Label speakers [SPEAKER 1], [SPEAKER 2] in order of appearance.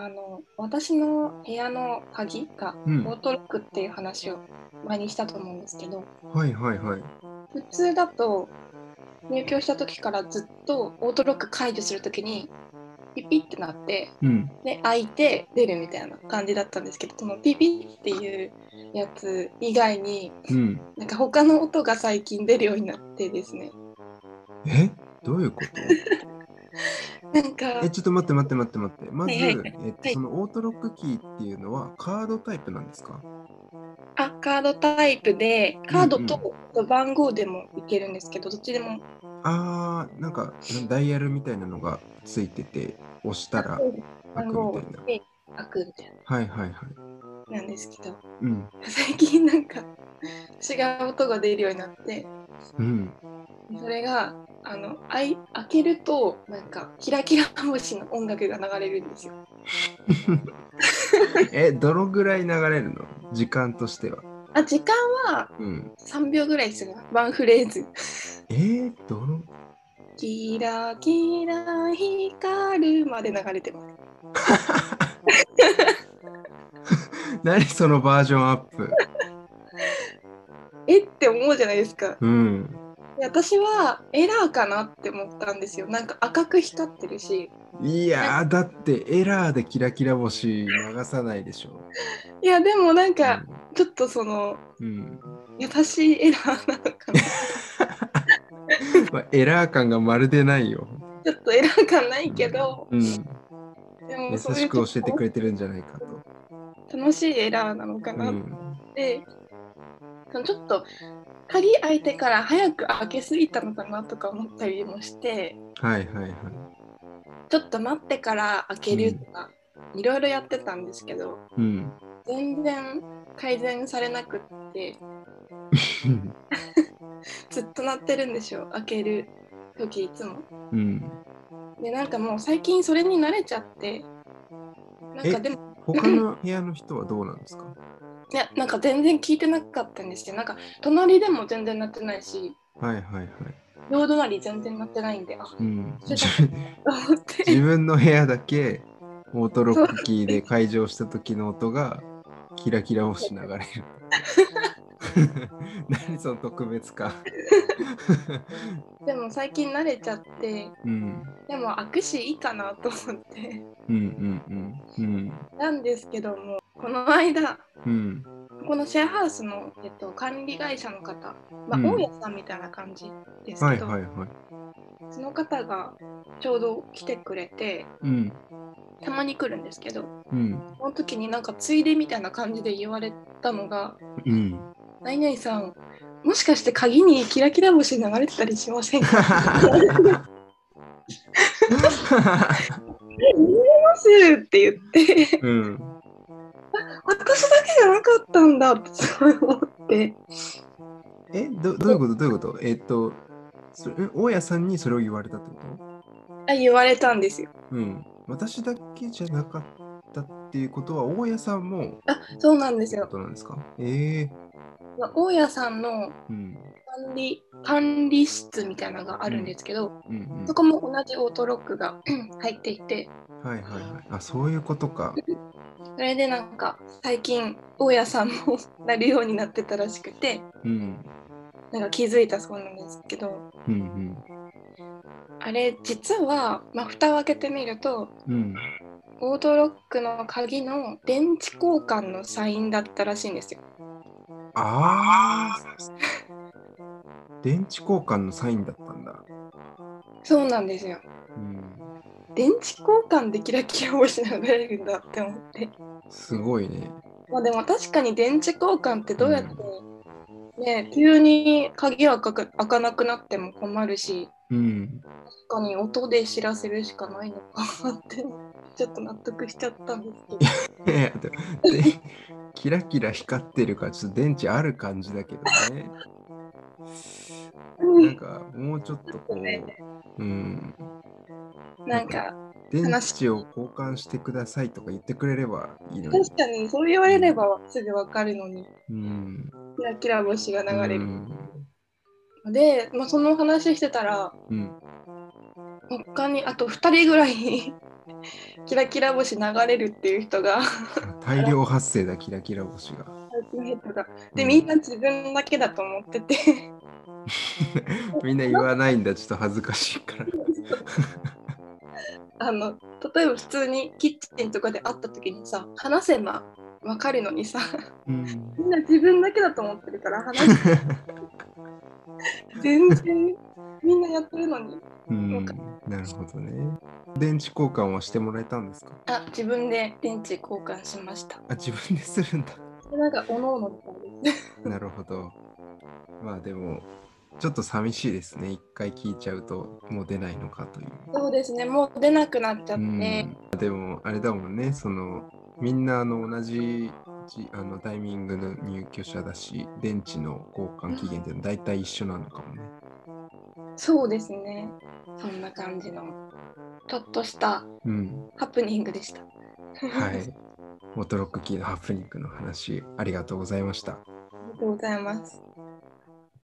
[SPEAKER 1] あの私の部屋の鍵が
[SPEAKER 2] うん
[SPEAKER 1] オートロックっていう話を前にしたと思うんですけど
[SPEAKER 2] はいはいはい。
[SPEAKER 1] 普通だと入居した時からずっとオートロック解除する時にピピってなって
[SPEAKER 2] うん。
[SPEAKER 1] で開いて出るみたいな感じだったんですけどそのピピっていうやつ以外に
[SPEAKER 2] うん。
[SPEAKER 1] なんか他の音が最近出るようになってですね
[SPEAKER 2] えどういうこと
[SPEAKER 1] なんか
[SPEAKER 2] え、ちょっと待って待って待って待って。まず、
[SPEAKER 1] はいはいはい
[SPEAKER 2] えっと、そのオートロックキーっていうのはカードタイプなんですか
[SPEAKER 1] あカードタイプでカードと番号でもいけるんですけど、どっちでも
[SPEAKER 2] あー、なんかダイヤルみたいなのがついてて、押したら開
[SPEAKER 1] 番
[SPEAKER 2] く
[SPEAKER 1] 号
[SPEAKER 2] みたいな。
[SPEAKER 1] で開くみたい
[SPEAKER 2] はいはいはい。
[SPEAKER 1] ななんですけど
[SPEAKER 2] うん。
[SPEAKER 1] 最近なんか違う音が出るようになって
[SPEAKER 2] うん。
[SPEAKER 1] それがあのあい開けるとなんかキラキラ星の音楽が流れるんですよ。
[SPEAKER 2] え、どのぐらい流れるの時間としては。
[SPEAKER 1] あ時間は
[SPEAKER 2] うん。
[SPEAKER 1] 3秒ぐらいですね。ワンフレーズ。
[SPEAKER 2] えー、どの
[SPEAKER 1] キラキラ光るまで流れてます。
[SPEAKER 2] 何そのバージョンアップ。
[SPEAKER 1] えって思うじゃないですか。
[SPEAKER 2] うん。
[SPEAKER 1] で私はエラーかなって思ったんですよ。なんか赤く光ってるし。
[SPEAKER 2] いやー、だってエラーでキラキラ星流さないでしょ。
[SPEAKER 1] いやでもなんかちょっとその
[SPEAKER 2] うん。
[SPEAKER 1] 優しいエラーなのかな。
[SPEAKER 2] まあ、エラー感がまるでないよ。
[SPEAKER 1] ちょっとエラー感ないけど、
[SPEAKER 2] うん。
[SPEAKER 1] でも
[SPEAKER 2] 優
[SPEAKER 1] そう
[SPEAKER 2] し
[SPEAKER 1] いう
[SPEAKER 2] く
[SPEAKER 1] と
[SPEAKER 2] 教えてくれてるんじゃないかと。
[SPEAKER 1] 楽しいエラーなのか
[SPEAKER 2] う
[SPEAKER 1] なっ
[SPEAKER 2] ん。
[SPEAKER 1] て、そのちょっと鍵開いてから早く開けすぎたのかなとか思ったりもして
[SPEAKER 2] はいはいはい。
[SPEAKER 1] ちょっと待ってから開けるとか、いろいろやってたんですけど
[SPEAKER 2] うん。
[SPEAKER 1] 全然改善されなくってずっと鳴ってるんでしょ開ける時いつも。
[SPEAKER 2] うん。
[SPEAKER 1] でなんかもう最近それに慣れちゃってなんか
[SPEAKER 2] え
[SPEAKER 1] でも
[SPEAKER 2] 他の部屋の人はどうなんですか
[SPEAKER 1] いやなんか全然聞いてなかったんですよなんか隣でも全然鳴ってないし
[SPEAKER 2] はいはいはい。
[SPEAKER 1] 両隣全然鳴ってないんであ
[SPEAKER 2] うん。
[SPEAKER 1] ちょっと思って
[SPEAKER 2] 自分の部屋だけオートロックキーで解錠した時の音がキラキラ星流れ る。何その特別感。
[SPEAKER 1] でも最近慣れちゃって
[SPEAKER 2] うん。
[SPEAKER 1] でも開くしいいかなと思って
[SPEAKER 2] うんうんうん
[SPEAKER 1] なんですけどもこの間
[SPEAKER 2] うんうん
[SPEAKER 1] このシェアハウスの、えっと、管理会社の方、まあ
[SPEAKER 2] うん
[SPEAKER 1] 大家さんみたいな感じです
[SPEAKER 2] は
[SPEAKER 1] け
[SPEAKER 2] い
[SPEAKER 1] ど、
[SPEAKER 2] はいはい
[SPEAKER 1] その方がちょうど来てくれて
[SPEAKER 2] うん
[SPEAKER 1] たまに来るんですけど
[SPEAKER 2] うん
[SPEAKER 1] その時になんかついでみたいな感じで言われたのが
[SPEAKER 2] うん
[SPEAKER 1] 「何々さんもしかして鍵にキラキラ星流れてたりしませんか?」「見えます!」って言って
[SPEAKER 2] うん
[SPEAKER 1] 「私だけじゃなかったんだ」ってすごい思って
[SPEAKER 2] えどどういうことどういうことえっとそれん大家さんにそれを言われたってこ
[SPEAKER 1] あ言われたんですよ。
[SPEAKER 2] とうん私だけじゃなかったっていうことは大家さんも
[SPEAKER 1] あそうなんで
[SPEAKER 2] って
[SPEAKER 1] す
[SPEAKER 2] こ
[SPEAKER 1] よ。
[SPEAKER 2] となんですかええ
[SPEAKER 1] まあ大家さんの
[SPEAKER 2] うん
[SPEAKER 1] 管理管理室みたいなのがあるんですけど、
[SPEAKER 2] うんうん
[SPEAKER 1] そこも同じオートロックが 入っていて
[SPEAKER 2] はいはいはいあそういうことか
[SPEAKER 1] それでなんか最近大家さんもなるようになってたらしくて
[SPEAKER 2] うん
[SPEAKER 1] なんか気づいたそうなんですけど
[SPEAKER 2] うん
[SPEAKER 1] あれ実は、まあ、蓋を開けてみると
[SPEAKER 2] うんうん
[SPEAKER 1] オートロックの鍵の電池交換のサインだったらしいんですよ。
[SPEAKER 2] ああ電池交換のサインだったんだ
[SPEAKER 1] そうなんですよ。
[SPEAKER 2] うん
[SPEAKER 1] 電池交換でキラキラ星流れるんだって思って。
[SPEAKER 2] すごいね。
[SPEAKER 1] まあでも確かに電池交換ってどうやって、ね、急に鍵は開か開かなくなっても困るし
[SPEAKER 2] うん。
[SPEAKER 1] 確かに音で知らせるしかないのかなってちょっと納得しちゃったんですけど
[SPEAKER 2] いやででキラキラ光ってるからちょっと電池ある感じだけどね。なんかもうちょっとこう、うん、
[SPEAKER 1] なんか
[SPEAKER 2] 電池を交換してくださいとか言ってくれればいいのに。
[SPEAKER 1] 確かにそう言われればすぐ分かるのに
[SPEAKER 2] うん。
[SPEAKER 1] キラキラ星が流れ
[SPEAKER 2] う
[SPEAKER 1] る。
[SPEAKER 2] ん。
[SPEAKER 1] で、まあ、その話してたら
[SPEAKER 2] うん。
[SPEAKER 1] 他にあと2人ぐらいキラキラ星流れるっていう人が
[SPEAKER 2] 大量発生だ、キラキラ星が。
[SPEAKER 1] で
[SPEAKER 2] うん
[SPEAKER 1] みんな自分だけだと思ってて
[SPEAKER 2] みんな言わないんだ、ちょっと恥ずかしいから。
[SPEAKER 1] あの例えば普通にキッチンとかで会った時にさ話せばわかるのにさ
[SPEAKER 2] うん
[SPEAKER 1] みんな自分だけだと思ってるから話し全然みんなやってるのに
[SPEAKER 2] うん、なるほどね。電池交換はしてもらえたんですか
[SPEAKER 1] あ自分で電池交換しました
[SPEAKER 2] あ、自分でするんだ。
[SPEAKER 1] なんかおのおのみたいです
[SPEAKER 2] なるほど。まあでも、ちょっと寂しいですね。一回聞いちゃうと、もう出ないのかという。
[SPEAKER 1] そうですねもう出なくなっちゃって、
[SPEAKER 2] うん、でも、あれだもんね、その、みんなあの同じじあのタイミングの入居者だし、電池の交換期限って大体一緒なのかもね。
[SPEAKER 1] そうですねそんな感じのちょっとした
[SPEAKER 2] うん。
[SPEAKER 1] ハプニングでした
[SPEAKER 2] はい。モトロックキーのハプニングの話、ありがとうございました。
[SPEAKER 1] ありがとうございます